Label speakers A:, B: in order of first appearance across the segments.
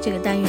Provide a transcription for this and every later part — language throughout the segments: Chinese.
A: 这个单元，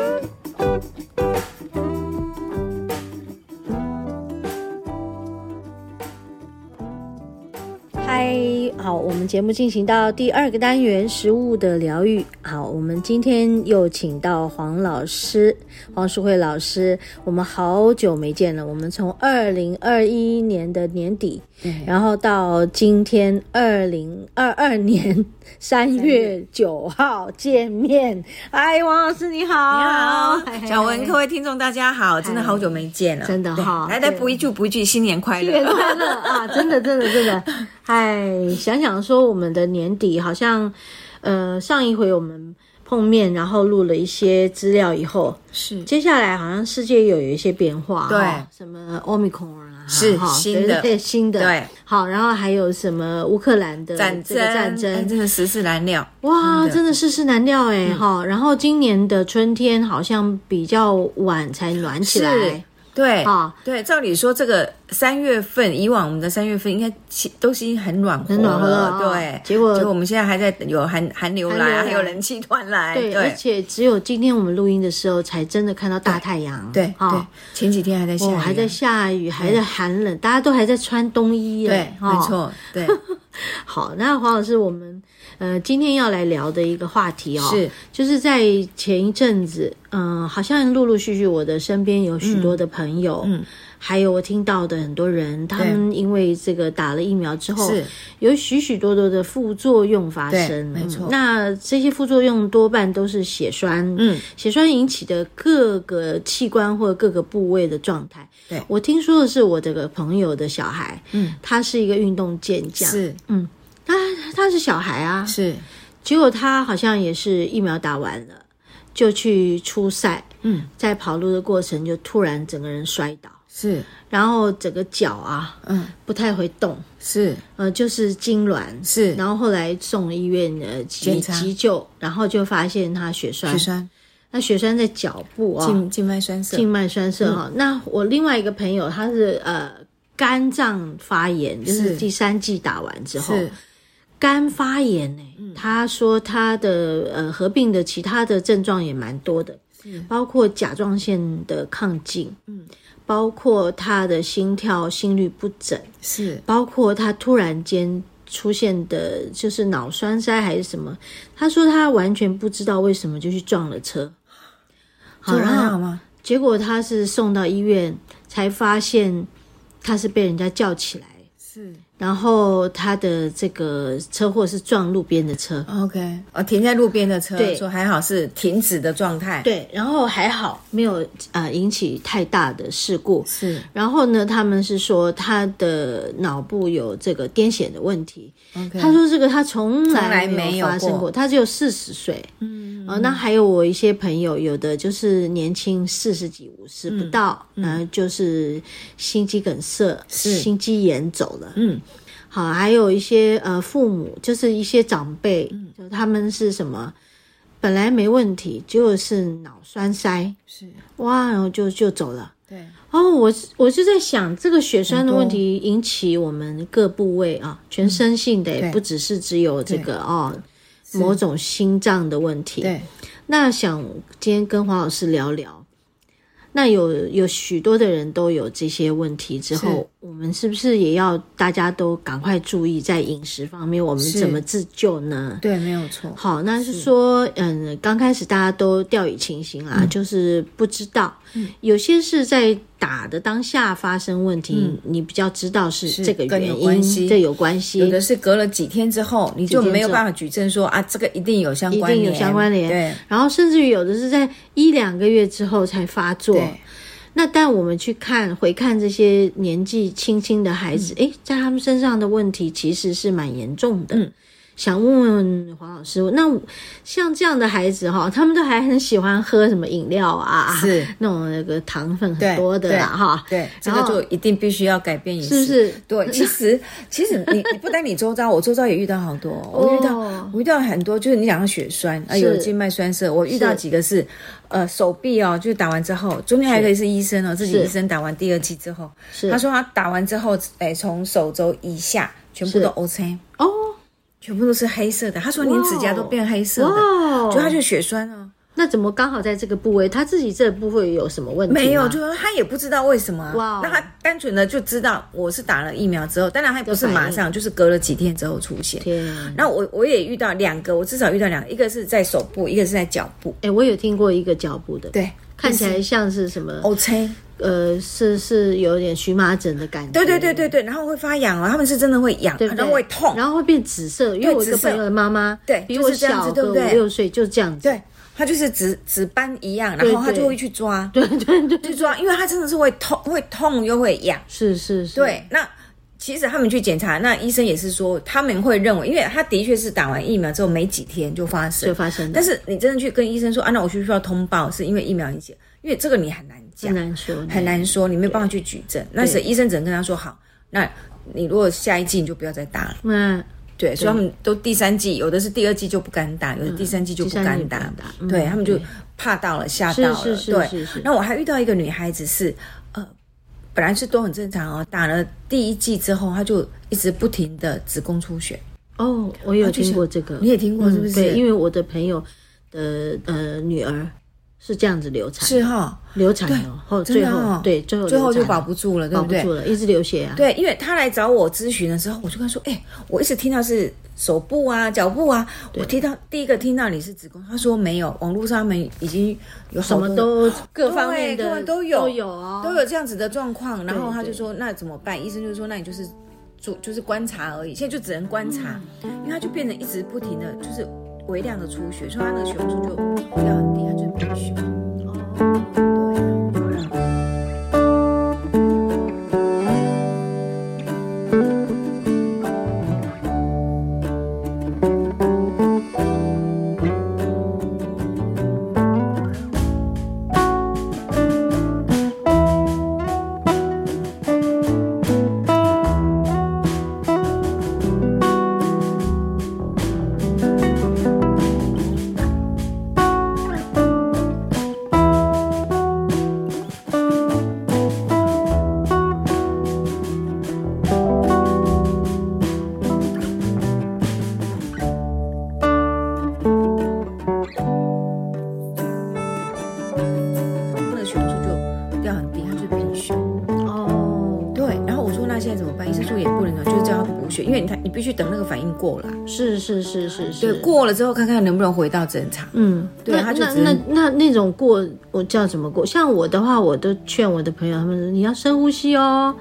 A: 嗨，好，我们节目进行到第二个单元食物的疗愈。好，我们今天又请到黄老师，黄淑慧老师，我们好久没见了。我们从二零二一年的年底，
B: 嗯
A: 然后到今天二零二二年 三月九号见面。哎，王老师你好，
B: 你好，小文，
A: 嘿
B: 各位听众大家好，真的好久没见了，
A: 真的
B: 对
A: 哈
B: 来来
A: 对
B: 补一句，补一句，新年 快
A: 新年
B: 乐。
A: 快乐啊！真的，真的，真的，哎，想想说我们的年底好像，呃，上一回我们碰面，然后录了一些资料以后，
B: 是
A: 接下来好像世界又有一些变化，
B: 对
A: 哈什么 omicron 啊，
B: 是
A: 哈
B: 新的
A: 对对新的，
B: 对，
A: 好，然后还有什么乌克兰 的
B: 战
A: 这
B: 争，
A: 个战
B: 哎
A: 争，
B: 真的时事难料。
A: 哇，
B: 真的嗯
A: 真的世事难料哎哈、然后今年的春天好像比较晚才暖起来，
B: 对
A: 啊
B: 对，照理说这个三月份，以往我们的三月份应该其都是已经很暖和
A: 很暖和了
B: 了，
A: 啊
B: 对。
A: 结果
B: 结果我们现在还在有寒寒流
A: 寒流来
B: 来，还有人气团来，
A: 对，而
B: 对
A: 且只有今天我们录音的时候，才真的看到大太阳。
B: 对对
A: 啊，，
B: 前几天还在下
A: 哦，
B: 雨，啊
A: 还在下雨，还在寒冷，大家都还在穿冬衣耶。
B: 对，
A: 哦
B: 没。错， 对
A: 好，那黄老师，我们呃今天要来聊的一个话题哦，
B: 是
A: 就是在前一阵子，嗯、好像陆陆续续我的身边有许多的朋友，
B: 嗯嗯
A: 还有我听到的很多人，他们因为这个打了疫苗之后，
B: 是
A: 有许许多多的副作用发
B: 对
A: 生，
B: 没错
A: 嗯那这些副作用多半都是血栓，
B: 嗯，
A: 血栓引起的各个器官或各个部位的状态。
B: 对
A: 我听说的是我这个朋友的小孩，
B: 嗯，
A: 他是一个运动健将，嗯
B: 是
A: 他是小孩啊，
B: 是，
A: 结果他好像也是疫苗打完了，就去出赛，
B: 嗯，
A: 在跑路的过程就突然整个人摔倒，
B: 是
A: 然后整个脚啊
B: 嗯
A: 不太会动，
B: 是
A: 呃，就是痉挛，
B: 是
A: 然后后来送了医院呃急
B: 检查
A: 急救，然后就发现他血栓
B: 血，栓、
A: 那血栓在脚部啊、
B: 静静脉栓塞
A: 静脉栓
B: 嗯
A: 塞哈、那我另外一个朋友他是呃肝脏发炎，就是
B: 是
A: 第三季打完之后，
B: 是。嗯
A: 肝发炎呢、他说他的呃合并的其他的症状也蛮多的，包括甲状腺的亢进，嗯，包括他的心跳心率不整，
B: 是
A: 包括他突然间出现的就是脑栓塞还是什么，他说他完全不知道为什么就去撞了车，好，
B: 这样还
A: 然
B: 好
A: 后
B: 吗？
A: 结果他是送到医院才发现他是被人家叫起来。
B: 是
A: 然后他的这个车祸是撞路边的车，
B: OK，哦，停在路边的车
A: 对，
B: 说还好是停止的状态，，
A: 对，然后还好没有呃引起太大的事故。
B: 是
A: 然后呢，他们是说他的脑部有这个癫痫的问题。
B: OK，
A: 他说这个他从
B: 从来
A: 来
B: 没
A: 有
B: 有
A: 发生
B: 过
A: 他只有四十岁。嗯，哦，那还有我一些朋友，有的就是年轻四十几、五十
B: 嗯
A: 不到，然后就是心肌梗塞、
B: 是
A: 心肌炎走了。
B: 嗯，
A: 好，还有一些呃父母，就是一些长辈，
B: 嗯
A: 就他们是什么，本来没问题，结果是脑栓塞，
B: 是，
A: 哇，然后就就走了。
B: 对，
A: 哦，我我就在想，这个血栓的问题引起我们各部位啊，全身性的，也
B: 嗯对
A: 不只是只有这个哦，某种心脏的问题。
B: 对，
A: 那想今天跟黄老师聊聊，那有有许多的人都有这些问题之后
B: 是，
A: 我们是不是也要大家都赶快注意在饮食方面，我们
B: 是
A: 怎么自救呢？
B: 对，没有错，
A: 好，那是说，嗯，刚开始大家都掉以轻心
B: 嗯
A: 啦，就是不知道，有些是在打的当下发生问题，你比较知道是
B: 嗯是
A: 这个
B: 跟有
A: 原
B: 关
A: 因，
B: 系
A: 这有关系，
B: 有的是隔了几天之后，你就
A: 几天之后
B: 没有办法举证说啊，这个一定有相关
A: 一
B: 联，
A: 定有相关联
B: 对
A: 然后甚至于有的是在一两个月之后才发作。
B: 对
A: 那但我们去看回看这些
B: 嗯
A: 年纪轻轻的孩子，诶，在他们身上的问题其实是蛮严重的。
B: 嗯
A: 想问问黄老师，那像这样的孩子哈，他们都还很喜欢喝什么饮料啊，
B: 是
A: 那种那个糖分
B: 对
A: 很多的啦
B: 对
A: 哈，
B: 对，这
A: 然
B: 个
A: 后
B: 就一定必须要改变饮食，
A: 是不是？
B: 对，其实其实你你不单你周遭，我周遭也遇到好多，我遇到、
A: 哦
B: 我遇到很多，就是你讲到血栓啊，
A: 是
B: 有静脉栓塞，我遇到
A: 是
B: 几个是，呃，手臂哦，就是打完之后，中间还有一个是医生哦，自己
A: 是
B: 医生打完第二期之后，
A: 是
B: 他说他打完之后，哎，从手肘以下全部
A: 是
B: 都 O C，
A: 哦，
B: 全部都是黑色的，他说连指甲都变黑色
A: 哇
B: 的，
A: 哦，
B: 就他就血栓哦，
A: 那怎么刚好在这个部位？他自己这部位有什么问题吗？
B: 没有，就是他也不知道为什么啊、
A: 哇哦
B: 那他单纯的就知道我是打了疫苗之后，当然还不是
A: 有反
B: 马
A: 应
B: 上，就是隔了几天之后出现。
A: 天，
B: 那我我也遇到两个，我至少遇到两个，一个是在手部，一个是在脚部。
A: 哎，我有听过一个脚部的，，
B: 对，
A: 看起
B: 就是
A: 来像是什么
B: OK。
A: 呃，是是有点荨麻疹的感觉，
B: 对对对对对，然后会发痒哦，他们是真的会痒，
A: 对不对
B: 然后会痛。
A: 然后会变紫色。因为我一个
B: 紫色
A: 朋友的妈妈，
B: 对
A: 比
B: 就是
A: 我
B: 这样子
A: 小
B: 对
A: 个
B: 不
A: 五
B: 对
A: 六岁，就这样子。
B: 对，他就是紫紫斑一样，然
A: 对
B: 后他
A: 对
B: 就会去抓，
A: 对对对，
B: 去抓，因为他真的是会痛，会痛又会痒。
A: 是是是，
B: 对，那其实他们去检查，那医生也是说他们会认为，因为他的确是打完疫苗之后没几天就发生
A: 就，发生的
B: 但，是你真的去跟医生说啊，那我需不需要通报？是因为疫苗影响，因为这个你很难
A: 很
B: 讲，
A: 难说，
B: 很难说，你没有办法去举证。那是医生只能跟他说好，那你如果下一季你就不要再打了。
A: 那
B: 对，所以他们都第三季，有的是第二季就不敢打，有的第三季就不
A: 嗯第三
B: 敢
A: 季不
B: 打，
A: 敢打嗯
B: 对他们就怕到了，吓到
A: 是
B: 了。
A: 是是
B: 对，
A: 是是，
B: 那我还遇到一个女孩子是，呃，本来是都很正常哦，打了第一剂之后，她就一直不停的子宫出血，
A: 哦，我有
B: 啊就是
A: 听过这个，
B: 你也听过
A: 嗯
B: 是不是？
A: 对，因
B: 为
A: 为我的朋友的呃女儿是这样子流产，
B: 是哈、
A: 流产
B: 对
A: 了，后
B: 真
A: 最
B: 的哦
A: 后对最后
B: 最后
A: 哎流
B: 就
A: 产
B: 保
A: 了
B: 不住了，对
A: 保
B: 不
A: 不
B: 对
A: 住？了，一直流血啊，
B: 对，因为她来找我咨询的时候，我就跟她说，哎、我一直听到是手部啊、脚部啊，我听到第一个听到你是子宫，她说没有，网络上面已经有好
A: 什
B: 多
A: 么都各
B: 对
A: 方面
B: 各
A: 的
B: 方都有
A: 都有哦，
B: 都有这样子的状况，然后他就
A: 对
B: 说那怎么办？医生就说那你就是做就是观察而已，现在就只能观察，
A: 嗯
B: 因为他就变得一直不停的就是微量的出血，所以他那个血红素就回到很低，他就没有血。
A: 哦
B: 对他的血红素就掉很低，他就贫血。
A: 哦，
B: 对，然后我说那现在怎么办？医生说也不能了，就是叫他补血，因为你看你必须等那个反应过了，
A: 是是是是
B: 对，
A: 是，
B: 过了之后看看能不能回到正常。
A: 嗯，
B: 对
A: 那
B: 他就
A: 那
B: 只能
A: 那那那种过，我叫怎么过？像我的话，我都劝我的朋友，他们说你要深呼吸哦，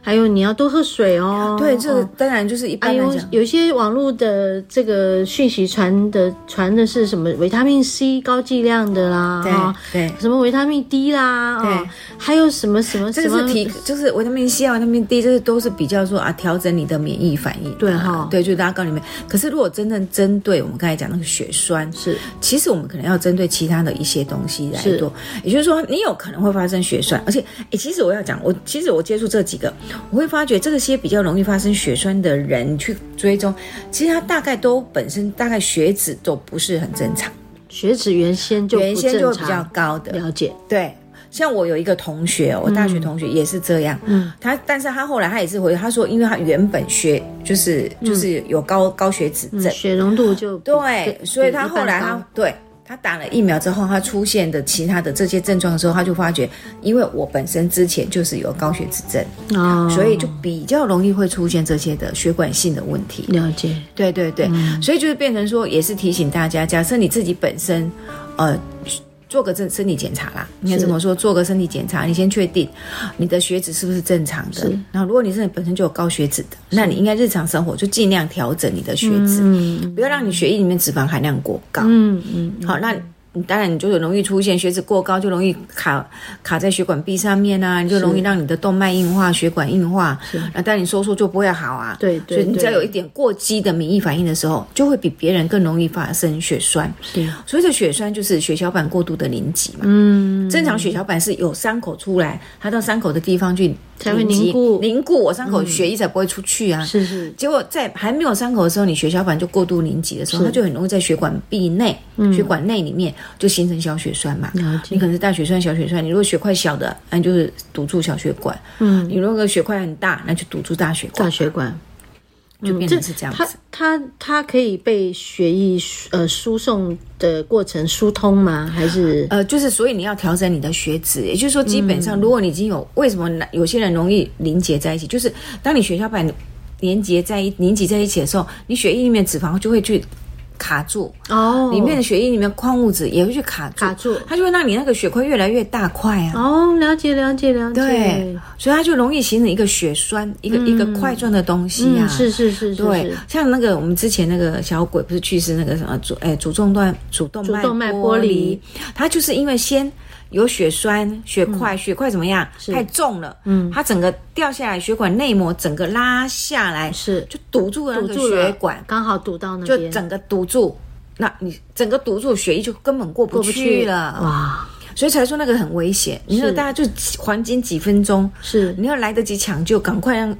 A: 还有你要多喝水哦。
B: 对，这个
A: 哦
B: 当然就是一
A: 还
B: 般来
A: 有
B: 讲，
A: 有些网络的这个讯息传的传的是什么维他命 C 高剂量的啦，
B: 对
A: 哦
B: 对。
A: 什么维他命 D 啦，
B: 对
A: 哦，还有什么什么
B: 这
A: 什
B: 个
A: 么
B: 是提，就是维他命 C 啊、维他命 D，这是都是比较说啊，调整你的免疫反应。啊
A: 对哈
B: 对，就是大家告诉你们。可是如果真正针对我们刚才讲那个血栓，
A: 是
B: 其实我们可能要针对其他的一些东西来
A: 是
B: 做，也就是说，你有可能会发生血栓，而且，诶，其实我要讲，我其实我接触这几个，我会发觉这些比较容易发生血栓的人去追踪，其实他大概都本身大概血脂都不是很正常，
A: 血脂原先就
B: 原
A: 不
B: 先就
A: 正
B: 会比较
A: 常，
B: 高的，
A: 了解
B: 对，像我有一个同学，我大学同学也是这样。嗯，他但是他后来他也是回，他说因为他原本学就是就是有高、高血脂症，
A: 嗯血溶度就比
B: 对，
A: 比
B: 所以他
A: 一般
B: 后来
A: 高
B: 他对。他打了疫苗之后，他出现的其他的这些症状的时候，他就发觉，因为我本身之前就是有高血脂症，
A: 哦，
B: 所以就比较容易会出现这些的血管性的问题。
A: 了解
B: 对对对，所以就是变成说，也是提醒大家，假设你自己本身，呃，做个身身体检查啦，应该这么说，做个身体检查，你先确定你的血脂是不是正常的。然后，如果你是本身就有高血脂的，那你应该日常生活就尽量调整你的血脂，
A: 嗯
B: 不要让你血液里面脂肪含量过高。
A: 嗯嗯，
B: 好，那当然你就容易出现血脂过高，就容易卡卡在血管壁上面啊，你就容易让你的动脉硬化、血管硬化，那当然你收缩就不会好啊。
A: 对对
B: 所以你只要
A: 对
B: 有一点过激的免疫反应的时候，就会比别人更容易发生血栓。
A: 是
B: 所谓的血栓就是血小板过度的凝集嘛。
A: 嗯，
B: 正常血小板是有伤口出来，它到伤口的地方去
A: 才会
B: 集
A: 凝固嗯
B: 凝固我伤口血液才不会出去啊。
A: 是是
B: 结果在还没有伤口的时候，你血小板就过度凝集的时候，它就很容易在血管壁内、血管内里面就形成小血栓嘛。
A: 嗯了
B: 你
A: 解，
B: 可能是大血栓、小血栓，你如果血块小的，那你就是堵住小血管；
A: 嗯，
B: 你如果血块很大，那就堵住大血管，
A: 大血管
B: 就变成是这样子。
A: 它它它可以被血液呃输送的过程疏通吗？还是
B: 呃，就是所以你要调整你的血脂，也就是说，基本
A: 嗯
B: 上如果你已经有、为什么那有些人容易凝结在一起，就是当你血小板连结在一凝集在一起的时候，你血液里面脂肪就会去卡住，
A: 哦
B: 里面的血液里面矿物质也会去卡住，
A: 卡住
B: 它就会让你那个血块越来越大块啊。
A: 哦，了解了解了解，嗯
B: 对，所以它就容易形成一个血栓，一个、一个块状的东西啊。
A: 嗯，是是是是
B: 对
A: 是，，
B: 像那个我们之前那个小鬼不是去世那个什么主哎主动段主动
A: 主动脉
B: 剥
A: 剥离，
B: 他就是因为先有血栓、血块、
A: 嗯
B: 血块怎么样太重了，嗯，他整个掉下来，血管内膜整个拉下来，
A: 是
B: 就堵住了那
A: 堵
B: 个
A: 住了
B: 血管，
A: 刚好堵到那
B: 就
A: 边，
B: 整个堵住。那你整个堵住，血液就根本过不
A: 过不去
B: 去了，
A: 哇，
B: 所以才说那个很危险。你说
A: 是
B: 大家就几黄金几分钟，
A: 是
B: 你要来得及抢救，赶快让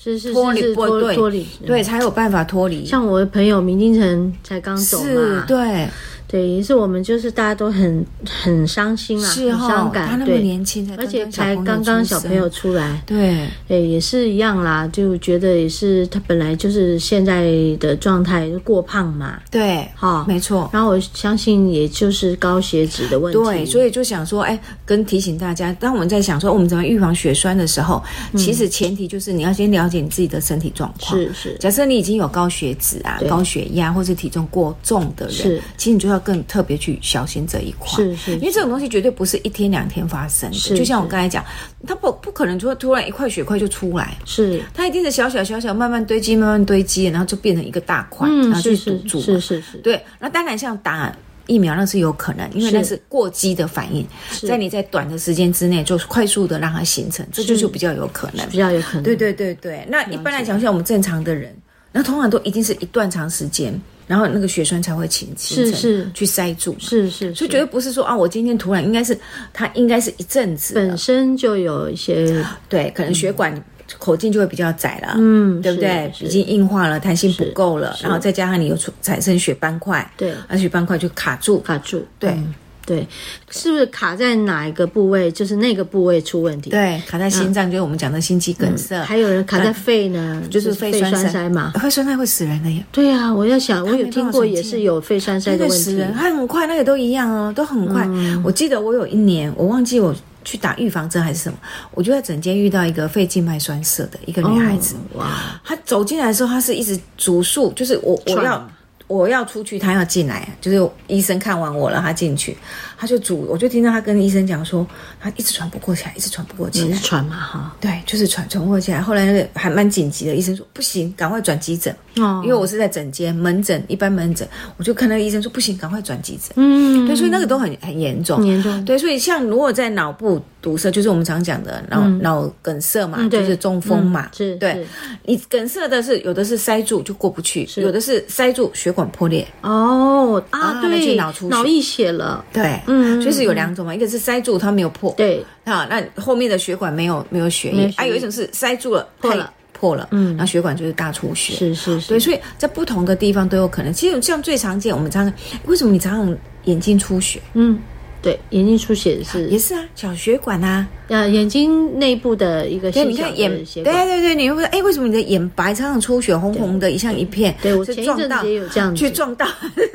A: 是是
B: 脱
A: 是
B: 离
A: 是
B: 不
A: 脱
B: 对
A: 脱离，
B: 对才有办法脱离。
A: 嗯像啊我的朋友明金城才刚走
B: 是
A: 嘛，，
B: 对，
A: 对，也是我们就是大家都很很伤心啊，
B: 是
A: 很
B: 哈、
A: 伤
B: 他
A: 感，
B: 那么
A: 对，
B: 年轻才刚
A: 而
B: 刚小
A: 且
B: 朋
A: 才
B: 友
A: 刚刚小
B: 出
A: 朋友
B: 生
A: 出来，
B: 对
A: 对，也是一样啦，就觉得也是他本来就是现在的状态就过胖嘛，
B: 对，
A: 哈、
B: 没错。
A: 然后我相信也就是高血脂的问题，
B: 对，所以就想说，哎，跟提醒大家，当我们在想说我们怎么预防血栓的时候，其实前提就是你要先了解你自己的身体状况。
A: 嗯是是
B: 假设你已经有高血脂啊、
A: 对
B: 高血压或是体重过重的人
A: 是，
B: 其实你就要更特别去小心这一块。
A: 是是
B: 因为这种东西绝对不是一天两天发生的。
A: 是
B: 就像我
A: 是
B: 刚才讲，它不不可能说突然一块血块就出来，
A: 是，
B: 它一定是小小小小慢慢堆积，慢慢堆积，然后就变成一个大块，然
A: 嗯，
B: 后去
A: 是是
B: 堵住嘛。
A: 是是是，
B: 对，那当然像打疫苗那是有可能，因为
A: 是
B: 那是过激的反应，在你在短的时间之内就快速的让它形成，这就是比较有可能。
A: 比较有可能，
B: 对对对对，那一般来讲，像我们正常的人，那通常都一定是一段长时间，然后那个血栓才会形形
A: 是
B: 成
A: 是
B: 去塞住。
A: 是是，
B: 所
A: 是
B: 以绝对不是说啊，我今天突然应该是它应该是一阵子了，
A: 本身就有一些，
B: 对，可能血管口径就会比较窄了，
A: 嗯，
B: 对不
A: 是
B: 对？
A: 是
B: 已经硬化了，弹性不够了，然后再加上你有出产生血斑块，
A: 对
B: 而血斑块就卡住，
A: 卡住，
B: 对、
A: 嗯对，是不是卡在哪一个部位？就是那个部位出问题，，
B: 对，卡在心脏，就是我们讲的心肌梗塞，
A: 嗯还有人卡在肺呢，
B: 就是
A: 肺
B: 肺
A: 栓
B: 栓
A: 塞嘛。
B: 肺栓塞会死人的耶，
A: 对啊，我要想，我
B: 没
A: 有听
B: 办法
A: 过
B: 想
A: 也
B: 见
A: 是有肺栓塞的
B: 会
A: 问
B: 死
A: 题嗯
B: 人，，它很快，那个都一样哦，都很快。我记得我有一年，我忘记我去打预防针还是什么，我就在诊间遇到一个肺静脉栓塞的一个女孩子，
A: 哦哇，
B: 他走进来的时候，他是一直主诉，就是我我
A: 撞
B: 要我要出去，他要进来，就是医生看完我了，他进去，他就主，我就听到他跟医生讲说，他一直喘不过气来，一直喘不过气
A: 你
B: 来
A: 是，喘嘛哈？
B: 对，就是喘喘不过气来。后来那个还蛮紧急的，医生说不行，赶快转急诊，
A: 哦，
B: 因为我是在诊间门诊，一般门诊，我就看那个医生说不行，赶快转急诊。
A: 嗯，
B: 对，所以那个都很很严重，
A: 很严重
B: 对，所以像如果在脑部堵塞，就是我们常讲的脑、脑梗塞嘛，
A: 嗯嗯对
B: 就是中风嘛
A: 嗯，是
B: 对
A: 是。
B: 你梗塞的是有的是塞住就过不去，有的是塞住血管破裂，
A: 哦啊，
B: 啊那
A: 对，
B: 就脑出血
A: 溢血了，
B: 对，
A: 嗯嗯
B: 就是有两种嘛，一个是塞住它没有破，，
A: 对，
B: 啊，那后面的血管没有没有血
A: 没有
B: 液，
A: 血
B: 啊，
A: 液
B: 有一种是塞住了
A: 破
B: 太
A: 了
B: 破了，
A: 嗯
B: 那血管就是大出血，
A: 是是
B: 对，
A: 是，
B: 所以在不同的地方都有可能。其实像最常见，我们常常为什么你常常眼睛出血，
A: 嗯，对，眼睛出血
B: 也
A: 是
B: 是啊，小血管啊，
A: 呃眼睛内部的一个
B: 对，
A: 细
B: 你
A: 小
B: 看眼，
A: 的
B: 对
A: 血管。
B: 对对，你会说，哎，为什么你的眼白常常出血，红红的，一像一片？
A: 对我
B: 是
A: 前一
B: 撞
A: 阵
B: 到
A: 子也有这样
B: 去
A: 子，
B: 撞 到，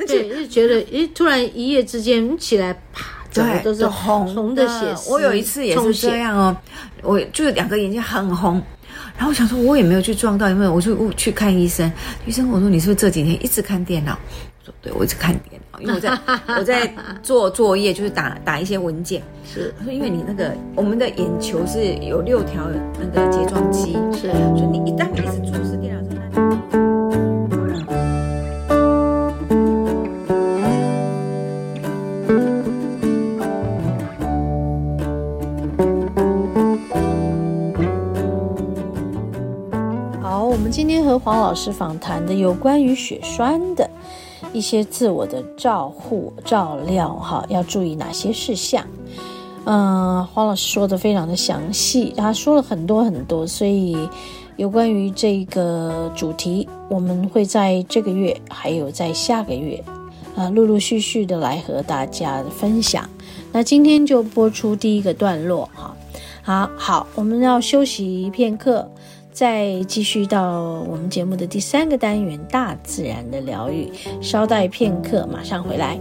A: 对，就觉得诶，突然一夜之间起来，啪，整个
B: 对，
A: 都是
B: 红
A: 红的血丝
B: 我有一次也
A: 充
B: 是
A: 血
B: 这样哦，我就是两个眼睛很红。然后我想说，我也没有去撞到，因为我就去看医生。医生我说你是不是这几天一直看电脑？我说对，我一直看电脑，因为我 在我在做作业，就是打打一些文件。
A: 是
B: 他说因为你那个我们的眼球是有六条那个睫状肌，
A: 是
B: 所以你一旦你一直注视电脑的时候，那你
A: 黄老师访谈的有关于血栓的一些自我的照护、照料，哈，要注意哪些事项。嗯，黄老师说的非常的详细，他说了很多很多，所以有关于这个主题，我们会在这个月还有在下个月，啊、呃，陆陆续续的来和大家分享。那今天就播出第一个段落哈，好好，我们要休息片刻，再继续到我们节目的第三个单元——大自然的疗愈，稍待片刻，马上回来。